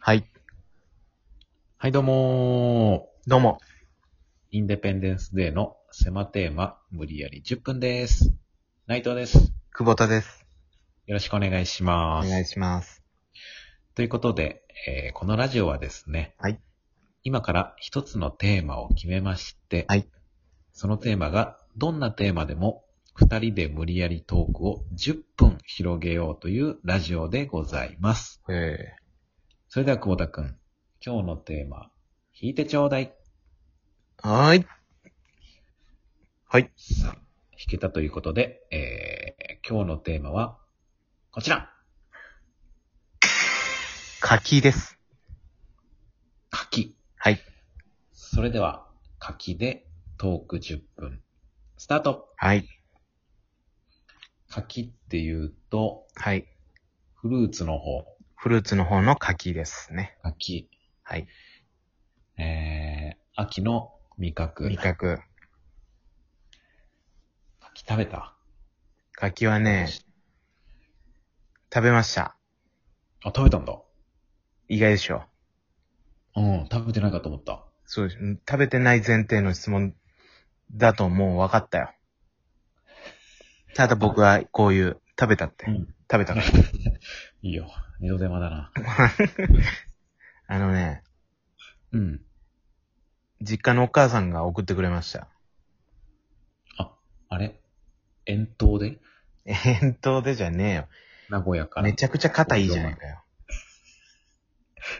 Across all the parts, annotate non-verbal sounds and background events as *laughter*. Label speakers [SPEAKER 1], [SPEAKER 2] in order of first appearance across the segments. [SPEAKER 1] はい。
[SPEAKER 2] はい、どうも
[SPEAKER 1] どうも。
[SPEAKER 2] ーインデペンデンスデーの狭テーマ、無理やり10分です。内藤です。
[SPEAKER 1] 久保田です。
[SPEAKER 2] よろしくお願いし
[SPEAKER 1] お
[SPEAKER 2] ます。
[SPEAKER 1] 願いします。
[SPEAKER 2] ということで、えーこのラジオはですね、
[SPEAKER 1] はい
[SPEAKER 2] 今から一つのテーマを決めまして、
[SPEAKER 1] はい
[SPEAKER 2] そのテーマがどんなテーマでも二人で無理やりトークを10分広げようというラジオでございます。
[SPEAKER 1] え
[SPEAKER 2] それでは久保田くん、今日のテーマ、引いてちょうだい。
[SPEAKER 1] ー、はーい。はい。
[SPEAKER 2] さあ、弾けたということで、えー、今日のテーマは、こちら
[SPEAKER 1] 柿です。
[SPEAKER 2] 柿
[SPEAKER 1] はい。
[SPEAKER 2] それでは、柿でトーク10分、スタート
[SPEAKER 1] はい。
[SPEAKER 2] 柿っていうと、
[SPEAKER 1] はい。
[SPEAKER 2] フルーツの方、
[SPEAKER 1] フルーツの方の柿ですね。
[SPEAKER 2] 柿、
[SPEAKER 1] はい。
[SPEAKER 2] えー、秋の味覚。
[SPEAKER 1] 味覚。
[SPEAKER 2] 柿食べた
[SPEAKER 1] 柿はね、食べました。
[SPEAKER 2] あ、食べたんだ。
[SPEAKER 1] 意外でしょ。
[SPEAKER 2] うん、食べてないかと思った。
[SPEAKER 1] そうです。うん食べてない前提の質問だともう分かったよ。ただ僕はこういう、食べたって。
[SPEAKER 2] うん *laughs*
[SPEAKER 1] 食べ *laughs* たから。
[SPEAKER 2] いいよ。二度手間だな。
[SPEAKER 1] あのね、
[SPEAKER 2] うん。
[SPEAKER 1] 実家のお母さんが送ってくれました。
[SPEAKER 2] あ、あれ遠投で
[SPEAKER 1] 遠投でじゃねえよ。
[SPEAKER 2] 名古屋から。
[SPEAKER 1] めちゃくちゃ硬いじゃないかよ。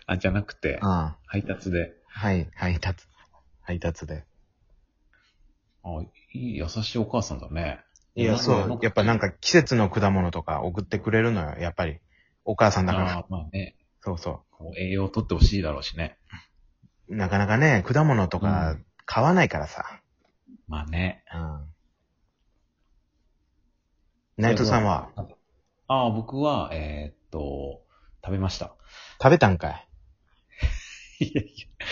[SPEAKER 2] あ、じゃなくて、
[SPEAKER 1] ああ
[SPEAKER 2] 配達で。
[SPEAKER 1] はい、配達。配達で。
[SPEAKER 2] あ、いい、優しいお母さんだね。
[SPEAKER 1] いや、そう。やっぱなん
[SPEAKER 2] か、
[SPEAKER 1] か季節の果物とか送ってくれるのよ、やっぱり。お母さんだから。
[SPEAKER 2] あーまあね、
[SPEAKER 1] そうそ
[SPEAKER 2] こう栄養をとってほしいだろうしね。
[SPEAKER 1] う。なかなかね、果物と
[SPEAKER 2] う
[SPEAKER 1] か
[SPEAKER 2] ん
[SPEAKER 1] 買わないからさ。
[SPEAKER 2] まあね。
[SPEAKER 1] うん。内藤さんは
[SPEAKER 2] ああ、僕は、えーっと、食べました。
[SPEAKER 1] 食べたんかい
[SPEAKER 2] いやいや、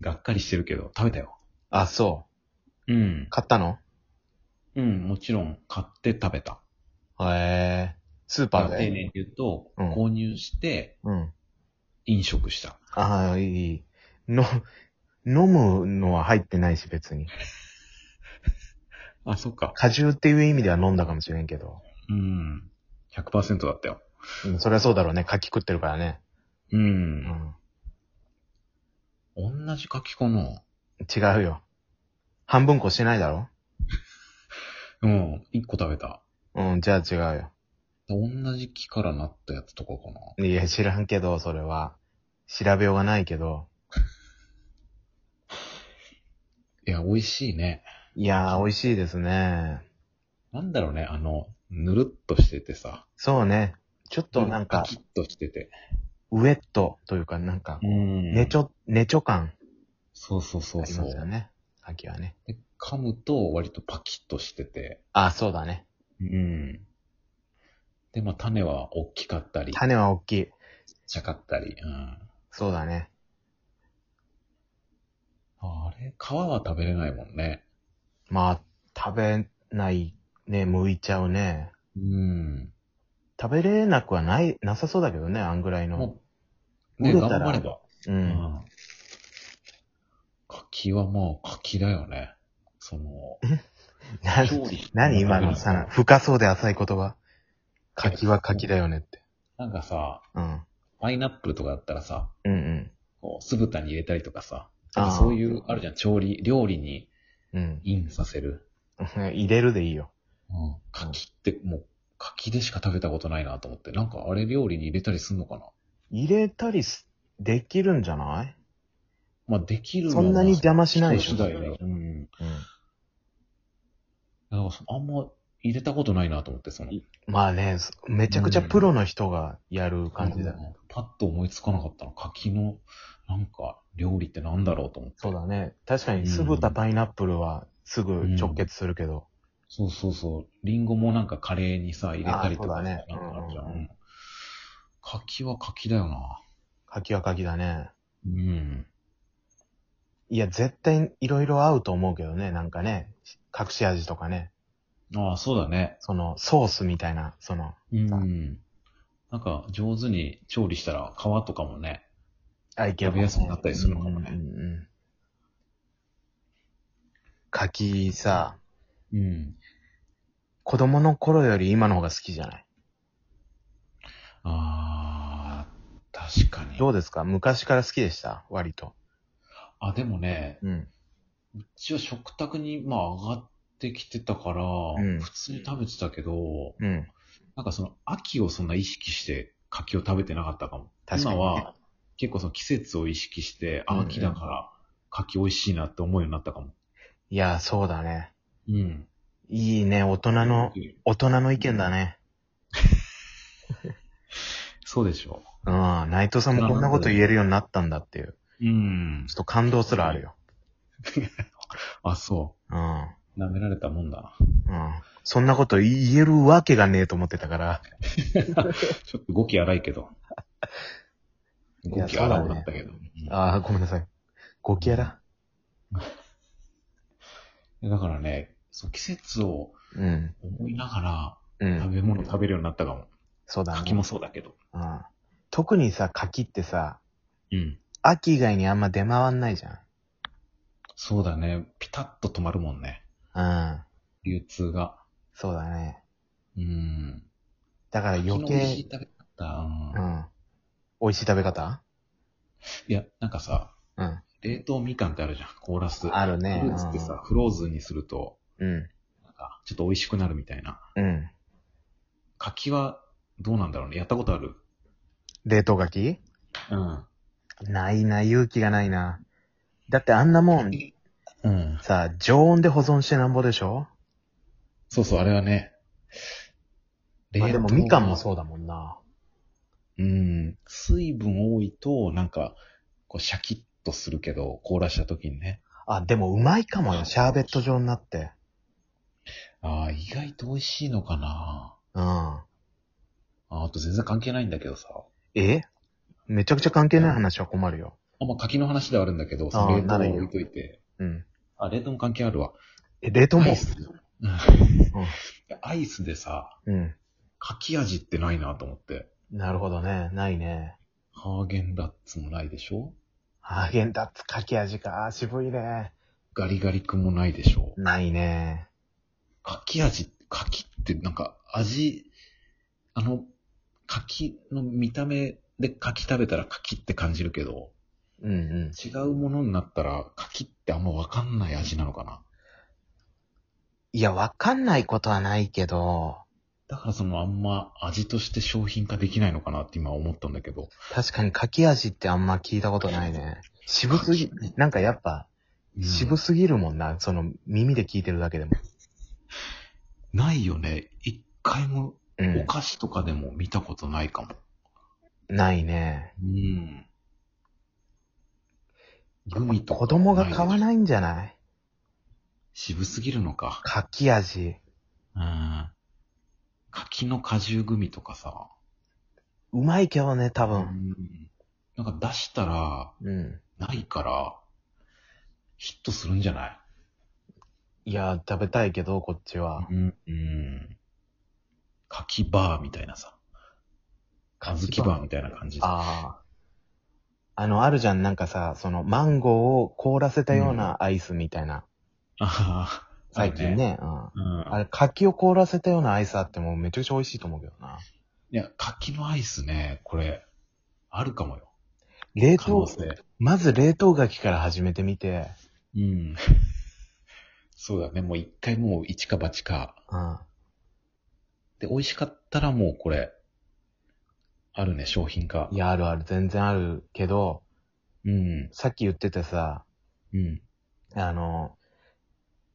[SPEAKER 2] がっかりしてるけど、食べたよ。
[SPEAKER 1] あ、そうう。
[SPEAKER 2] ん。
[SPEAKER 1] 買ったの
[SPEAKER 2] うん、もちろん、買って食べた。
[SPEAKER 1] へえ。スーパ
[SPEAKER 2] 丁
[SPEAKER 1] ー
[SPEAKER 2] 寧
[SPEAKER 1] で。
[SPEAKER 2] に言うと、
[SPEAKER 1] うん
[SPEAKER 2] 購入して、
[SPEAKER 1] うん。
[SPEAKER 2] 飲食した。
[SPEAKER 1] ああ、いいいい。の、飲むのは入ってないし別に。
[SPEAKER 2] あ、そっか。
[SPEAKER 1] 果汁っていう意味では飲んだかもしれんけど。
[SPEAKER 2] うん。100%だったよ。
[SPEAKER 1] うん、そりゃそうだろうね。柿食ってるからね。
[SPEAKER 2] う。
[SPEAKER 1] うんん。
[SPEAKER 2] 同じ柿かな
[SPEAKER 1] 違うよ。半分こしてないだろ
[SPEAKER 2] うん、1個食べた。
[SPEAKER 1] うん、じゃあ違うよ。
[SPEAKER 2] 同じ木からなったやつとかかな。
[SPEAKER 1] いや、知らんけど、それは。調べようがないけど。
[SPEAKER 2] いや、美味しいね。
[SPEAKER 1] いやー、美味しいですね。
[SPEAKER 2] なんだろうね、あの、ぬるっとしててさ。
[SPEAKER 1] そうね。ちょっとなんか
[SPEAKER 2] パ、キッとしてて。
[SPEAKER 1] ウェットというか、なんか、
[SPEAKER 2] ん
[SPEAKER 1] ねちょ、ねちょ感
[SPEAKER 2] そうそう
[SPEAKER 1] あ
[SPEAKER 2] そう
[SPEAKER 1] り
[SPEAKER 2] そ
[SPEAKER 1] ますよ
[SPEAKER 2] う。
[SPEAKER 1] ね。秋はね。
[SPEAKER 2] で噛むと割とパキッとしてて。
[SPEAKER 1] あ、そうだね。
[SPEAKER 2] うん。で、まあ種は大きかったり、ちっ
[SPEAKER 1] 種は大きい。
[SPEAKER 2] ちゃかったり。うん。
[SPEAKER 1] そうだね。
[SPEAKER 2] あれ皮は食べれないもんね。
[SPEAKER 1] まあ、食べない、ね、剥いちゃうね。
[SPEAKER 2] うん。
[SPEAKER 1] 食べれなくはない、なさそうだけどね、あんぐらいの。
[SPEAKER 2] もう、ね、
[SPEAKER 1] 折れ
[SPEAKER 2] 頑
[SPEAKER 1] たら
[SPEAKER 2] 張れば。
[SPEAKER 1] う。
[SPEAKER 2] うんん。柿はまあ柿だよね。その、
[SPEAKER 1] な
[SPEAKER 2] 調理
[SPEAKER 1] 何今のさ、深そうで浅い言葉。柿は柿だよねって。
[SPEAKER 2] なんかさ、
[SPEAKER 1] うん。
[SPEAKER 2] パイナップルとかだったらさ、
[SPEAKER 1] うんうん。
[SPEAKER 2] こう酢豚に入れたりとかさ、
[SPEAKER 1] あー
[SPEAKER 2] そういう、あるじゃん、調理、料理に
[SPEAKER 1] うん。 *laughs*
[SPEAKER 2] インさせる。
[SPEAKER 1] 入れるでいいよ。
[SPEAKER 2] うん。柿って、もう、柿でしか食べたことないなと思って、なんかあれ料理に入れたりすんのかな
[SPEAKER 1] 入れたりす、できるんじゃない
[SPEAKER 2] まあ、できるの
[SPEAKER 1] そ
[SPEAKER 2] は
[SPEAKER 1] んなに邪魔しないでしょ。
[SPEAKER 2] 人次第だよ。うん。だ
[SPEAKER 1] うん
[SPEAKER 2] からそあんま入れたことないなと思って、その。
[SPEAKER 1] いまあね、そめちゃくちゃプロの人がやる感じだよ。
[SPEAKER 2] うんパッと思いつかなかったの。柿の、なんか、料理ってなんだろうと思って。
[SPEAKER 1] そうだね。確かに酢豚パイナップルはすぐ直結するけど。
[SPEAKER 2] そうそうそう。リンゴもなんかカレーにさ、入れたりとかさ。
[SPEAKER 1] あそうだね
[SPEAKER 2] なんかあるじゃん。
[SPEAKER 1] うんうん
[SPEAKER 2] うん柿は柿だよな。
[SPEAKER 1] 柿は柿だね。
[SPEAKER 2] うん。
[SPEAKER 1] いや、絶対いろいろ合うと思うけどね、なんかね。隠し味とかね。
[SPEAKER 2] ああ、そうだね。
[SPEAKER 1] その、ソースみたいな、その、
[SPEAKER 2] うん。なんか、上手に調理したら、皮とかもね、
[SPEAKER 1] あ、いける
[SPEAKER 2] 食べやすくなったりするのかもね
[SPEAKER 1] うんうんうん。柿さ、
[SPEAKER 2] うん。
[SPEAKER 1] 子供の頃より今の方が好きじゃない
[SPEAKER 2] あー、確かに。
[SPEAKER 1] どうですか昔から好きでした割と。
[SPEAKER 2] あ、でもね、
[SPEAKER 1] うん。
[SPEAKER 2] うちは食卓に、まあ、上がってきてたから、
[SPEAKER 1] ん
[SPEAKER 2] 普通に食べてたけど、
[SPEAKER 1] うん。
[SPEAKER 2] なんかその、秋をそんな意識して、柿を食べてなかったかも。
[SPEAKER 1] 確かにね
[SPEAKER 2] 今は、結構その季節を意識して、
[SPEAKER 1] うん
[SPEAKER 2] あ
[SPEAKER 1] うん
[SPEAKER 2] 秋だから、柿美味しいなって思うようになったかも。
[SPEAKER 1] いや、そうだね。
[SPEAKER 2] うん。
[SPEAKER 1] いいね、大人の、大人の意見だね。
[SPEAKER 2] そうでしょ
[SPEAKER 1] うん、内藤さんもこんなこと言えるようになったんだっていう。
[SPEAKER 2] う。うん
[SPEAKER 1] ちょっ。と感動すらあるよ。
[SPEAKER 2] あ、そ
[SPEAKER 1] うん。うん。
[SPEAKER 2] う。舐められたもんだ。
[SPEAKER 1] そんなこと言えるわけがねえと思ってたから。
[SPEAKER 2] *laughs* ちょっと語気荒いけど。
[SPEAKER 1] い
[SPEAKER 2] 語
[SPEAKER 1] や
[SPEAKER 2] 気荒くなったけど。うん
[SPEAKER 1] ああ、ごめんなさい。ゴキャラ
[SPEAKER 2] だからね、そう季節を
[SPEAKER 1] うん。
[SPEAKER 2] 思いなが
[SPEAKER 1] う
[SPEAKER 2] ら食
[SPEAKER 1] ん。
[SPEAKER 2] べ物食べるようになったかも。
[SPEAKER 1] そうだね。
[SPEAKER 2] 柿もそうだけど。
[SPEAKER 1] うん。特にさ、柿ってさ、
[SPEAKER 2] うん。
[SPEAKER 1] 秋以外にあんま出回んないじ
[SPEAKER 2] そうだね。ピタッと止まるもんね。
[SPEAKER 1] ゃん。うん。
[SPEAKER 2] 流通が。
[SPEAKER 1] そうだね。
[SPEAKER 2] うん。
[SPEAKER 1] だから
[SPEAKER 2] 昨
[SPEAKER 1] 余
[SPEAKER 2] 日美味しい
[SPEAKER 1] 計、
[SPEAKER 2] 食べ方。
[SPEAKER 1] う
[SPEAKER 2] うん
[SPEAKER 1] ん。美味しい食べ方
[SPEAKER 2] いや、なんかさ、
[SPEAKER 1] うん。
[SPEAKER 2] 冷凍みかんってあるじゃん。凍らす。
[SPEAKER 1] あるね。
[SPEAKER 2] フルーツってさ、フローズンにすると、
[SPEAKER 1] うん。
[SPEAKER 2] なんか、ちょっと美味しくなるみたいな。
[SPEAKER 1] うん。
[SPEAKER 2] 柿は、どうなんだろうね。やったことある
[SPEAKER 1] 冷凍柿
[SPEAKER 2] うん。
[SPEAKER 1] ないな、勇気がないな。だってあんなもん、
[SPEAKER 2] うん。
[SPEAKER 1] さ、常温で保存してなんぼでしょ
[SPEAKER 2] そうそう、あれはね。
[SPEAKER 1] まあでもみかんも
[SPEAKER 2] う。
[SPEAKER 1] そうだもんな。
[SPEAKER 2] うん。水分多いと、なんか、こう、シャキッとするけど、凍らした時にね。
[SPEAKER 1] あ、でもうまいかもよ、シャーベット状になって。
[SPEAKER 2] ああ、意外と美味しいのかな
[SPEAKER 1] うん。
[SPEAKER 2] あーあと全然関係ないんだけどさ。
[SPEAKER 1] えめちゃくちゃ関係ない話は困るよ。
[SPEAKER 2] あ、まあ、柿の話ではあるんだけど、
[SPEAKER 1] あー
[SPEAKER 2] その冷凍
[SPEAKER 1] ならいいよ
[SPEAKER 2] 置いといて。
[SPEAKER 1] うん。
[SPEAKER 2] あ、冷凍も関係あるわ。
[SPEAKER 1] え、冷凍
[SPEAKER 2] ア
[SPEAKER 1] も
[SPEAKER 2] イス。うんアイスでさ、
[SPEAKER 1] うん。
[SPEAKER 2] 柿味ってないなと思って。
[SPEAKER 1] なるほどね。ないね。
[SPEAKER 2] ハーゲンダッツもないでしょ
[SPEAKER 1] ハーゲンダッツかき味か。あー渋いね。
[SPEAKER 2] ガリガリ君もないでしょ
[SPEAKER 1] ないね。
[SPEAKER 2] 柿味、柿ってなんか味、あの、柿の見た目で柿食べたら柿って感じるけど、
[SPEAKER 1] うんうん。
[SPEAKER 2] 違うものになったら柿ってあんまわかんない味なのかな。
[SPEAKER 1] いや、わかんないことはないけど、
[SPEAKER 2] だからそのあんま味として商品化できないのかなって今思ったんだけど。
[SPEAKER 1] 確かにかき味ってあんま聞いたことないね。渋すぎ、なんかやっぱ、
[SPEAKER 2] うん
[SPEAKER 1] 渋すぎるもんな。その、耳で聞いてるだけでも。
[SPEAKER 2] ないよね。一回も
[SPEAKER 1] う
[SPEAKER 2] お
[SPEAKER 1] ん。
[SPEAKER 2] 菓子とかでも見たことないかも。
[SPEAKER 1] ないね。
[SPEAKER 2] うん。グミとか。
[SPEAKER 1] 子供が買わ
[SPEAKER 2] い。
[SPEAKER 1] ないんじゃない
[SPEAKER 2] 渋すぎるのか。
[SPEAKER 1] かき味。
[SPEAKER 2] うん。柿の果汁グミとかさ。
[SPEAKER 1] うまいけどね、多
[SPEAKER 2] う
[SPEAKER 1] 分。
[SPEAKER 2] ん。なんか出したら、
[SPEAKER 1] うん。
[SPEAKER 2] ないから、ヒットするんじゃない
[SPEAKER 1] いや、食べたいけど、こっちは。
[SPEAKER 2] うん。うん。柿バーみたいなさ。小
[SPEAKER 1] かずき
[SPEAKER 2] 豆バーみたいな感じで。
[SPEAKER 1] ああ。あの、あるじゃん、なんかさ、その、マンゴーを凍らせたようなアイスみたいな。
[SPEAKER 2] あ *laughs* ー
[SPEAKER 1] 最近。
[SPEAKER 2] ある
[SPEAKER 1] ね、うん。
[SPEAKER 2] うん。
[SPEAKER 1] あれ、柿を凍らせたようなアイスあってもうめちゃくちゃ美味しいと思うけどな。
[SPEAKER 2] いや、柿のアイスね、これ、あるかもよ。
[SPEAKER 1] 冷
[SPEAKER 2] 可能
[SPEAKER 1] 凍、
[SPEAKER 2] 性。
[SPEAKER 1] まず冷凍柿から始めてみて、
[SPEAKER 2] うん。 *laughs* そうだね。もう一回もう一か八か。
[SPEAKER 1] うん。
[SPEAKER 2] で、美味しかったらもうこれ、あるね、商品化
[SPEAKER 1] い。や、あるある、全然あるけど、
[SPEAKER 2] うん。
[SPEAKER 1] さっき言ってたさ、
[SPEAKER 2] うん。
[SPEAKER 1] あの、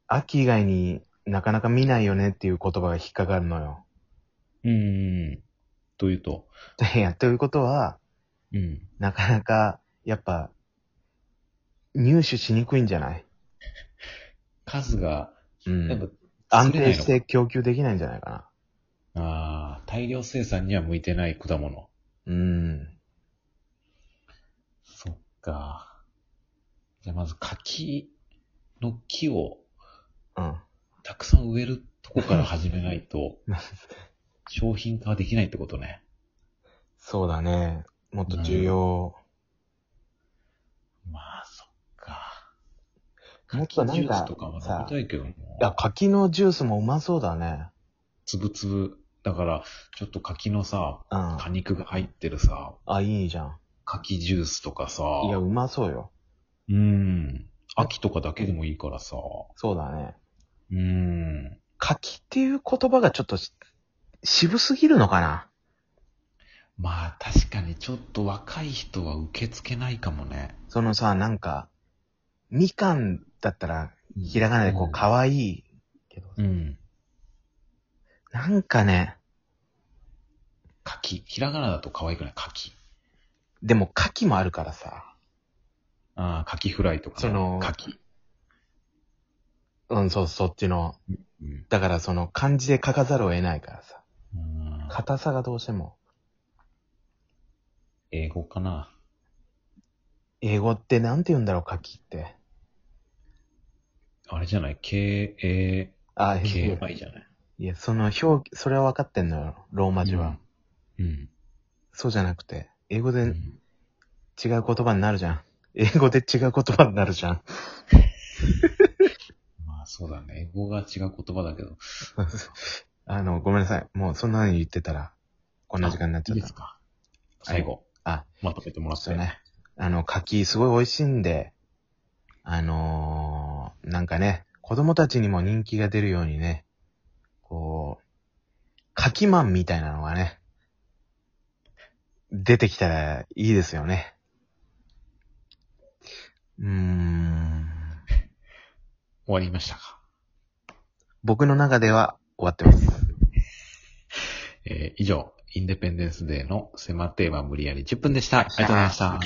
[SPEAKER 1] 秋以外になかなか見ないよねっていう言葉が引っかかるのよ。 *laughs*
[SPEAKER 2] うん。というと、
[SPEAKER 1] で、やということは、
[SPEAKER 2] うん。
[SPEAKER 1] なかなか、やっぱ、入手しにくいんじゃない
[SPEAKER 2] 数が、
[SPEAKER 1] う
[SPEAKER 2] やっぱ
[SPEAKER 1] ん。、安定して供給できないんじゃないか
[SPEAKER 2] ああ、大量生産には向いてない果物。
[SPEAKER 1] な。うん。
[SPEAKER 2] そっか。じゃあまず柿の木を
[SPEAKER 1] うん。
[SPEAKER 2] たくさん植えるとこから始めないと、商品化はできないってことね。
[SPEAKER 1] そうだね。もっと需要もっ
[SPEAKER 2] ジ
[SPEAKER 1] と
[SPEAKER 2] ュ
[SPEAKER 1] なん
[SPEAKER 2] ース
[SPEAKER 1] か
[SPEAKER 2] とかは
[SPEAKER 1] さ
[SPEAKER 2] 食べたいけどない
[SPEAKER 1] や、柿のジュースもうまそうだね。
[SPEAKER 2] つぶつぶ。だから、ちょっと柿のさ、
[SPEAKER 1] うん。
[SPEAKER 2] 果肉が入ってるさ、
[SPEAKER 1] あ、いいじゃん。
[SPEAKER 2] 柿ジュースとかさ、
[SPEAKER 1] いや、うまそうよ。
[SPEAKER 2] うん。秋とかだけでもいいからさ、
[SPEAKER 1] そうだね。
[SPEAKER 2] うん。
[SPEAKER 1] 柿っていう言葉がちょっとし渋すぎるのかな
[SPEAKER 2] まあ確かにちょっと若い人は受け付けないかもね。
[SPEAKER 1] そのさ、なんか、みかんだったら、ひらがなでこ
[SPEAKER 2] う
[SPEAKER 1] う、
[SPEAKER 2] ん
[SPEAKER 1] かわいいけど、
[SPEAKER 2] うん。
[SPEAKER 1] なんかね、
[SPEAKER 2] 柿。ひらがなだと可愛くない柿。
[SPEAKER 1] でも柿もあるからさ、
[SPEAKER 2] ああ、柿フライとかね、
[SPEAKER 1] その
[SPEAKER 2] 柿。
[SPEAKER 1] うん、そう、そっちの、
[SPEAKER 2] うん。
[SPEAKER 1] だからその漢字で書かざるを得ないからさ、
[SPEAKER 2] うん
[SPEAKER 1] 硬さがどうしても、
[SPEAKER 2] 英語かな。
[SPEAKER 1] 英語ってなんて言うんだろう、柿って。
[SPEAKER 2] あれじゃない ?K-A-K-Y
[SPEAKER 1] あ、いや
[SPEAKER 2] じゃない
[SPEAKER 1] いや、その表記、それは分かってんのよ、ローマ字は。。
[SPEAKER 2] うん。
[SPEAKER 1] そうじゃなくて、英語
[SPEAKER 2] う
[SPEAKER 1] で
[SPEAKER 2] ん
[SPEAKER 1] 違う言葉になるじゃん。英語で違う言葉になるじゃん。
[SPEAKER 2] まあそうだね。英語が違う言葉だけど。
[SPEAKER 1] あの、ごめんなさい。もうそんなの言ってたら、こんな時間になっちゃっ
[SPEAKER 2] いい
[SPEAKER 1] た。
[SPEAKER 2] ですか最後。
[SPEAKER 1] あ、
[SPEAKER 2] まとめてもらっ
[SPEAKER 1] そ
[SPEAKER 2] て。
[SPEAKER 1] うね。あの、柿すごい美味しいんで、あのー、なんかね、子供たちにも人気が出るようにね、こう、柿マンみたいなのがね、出てきたらいいですよね。うーん。
[SPEAKER 2] 終わりましたか
[SPEAKER 1] 僕の中では終わってます。
[SPEAKER 2] えー以上、インデペンデンスデーの狭テーマ無理やり10分でした。ありがとうございました。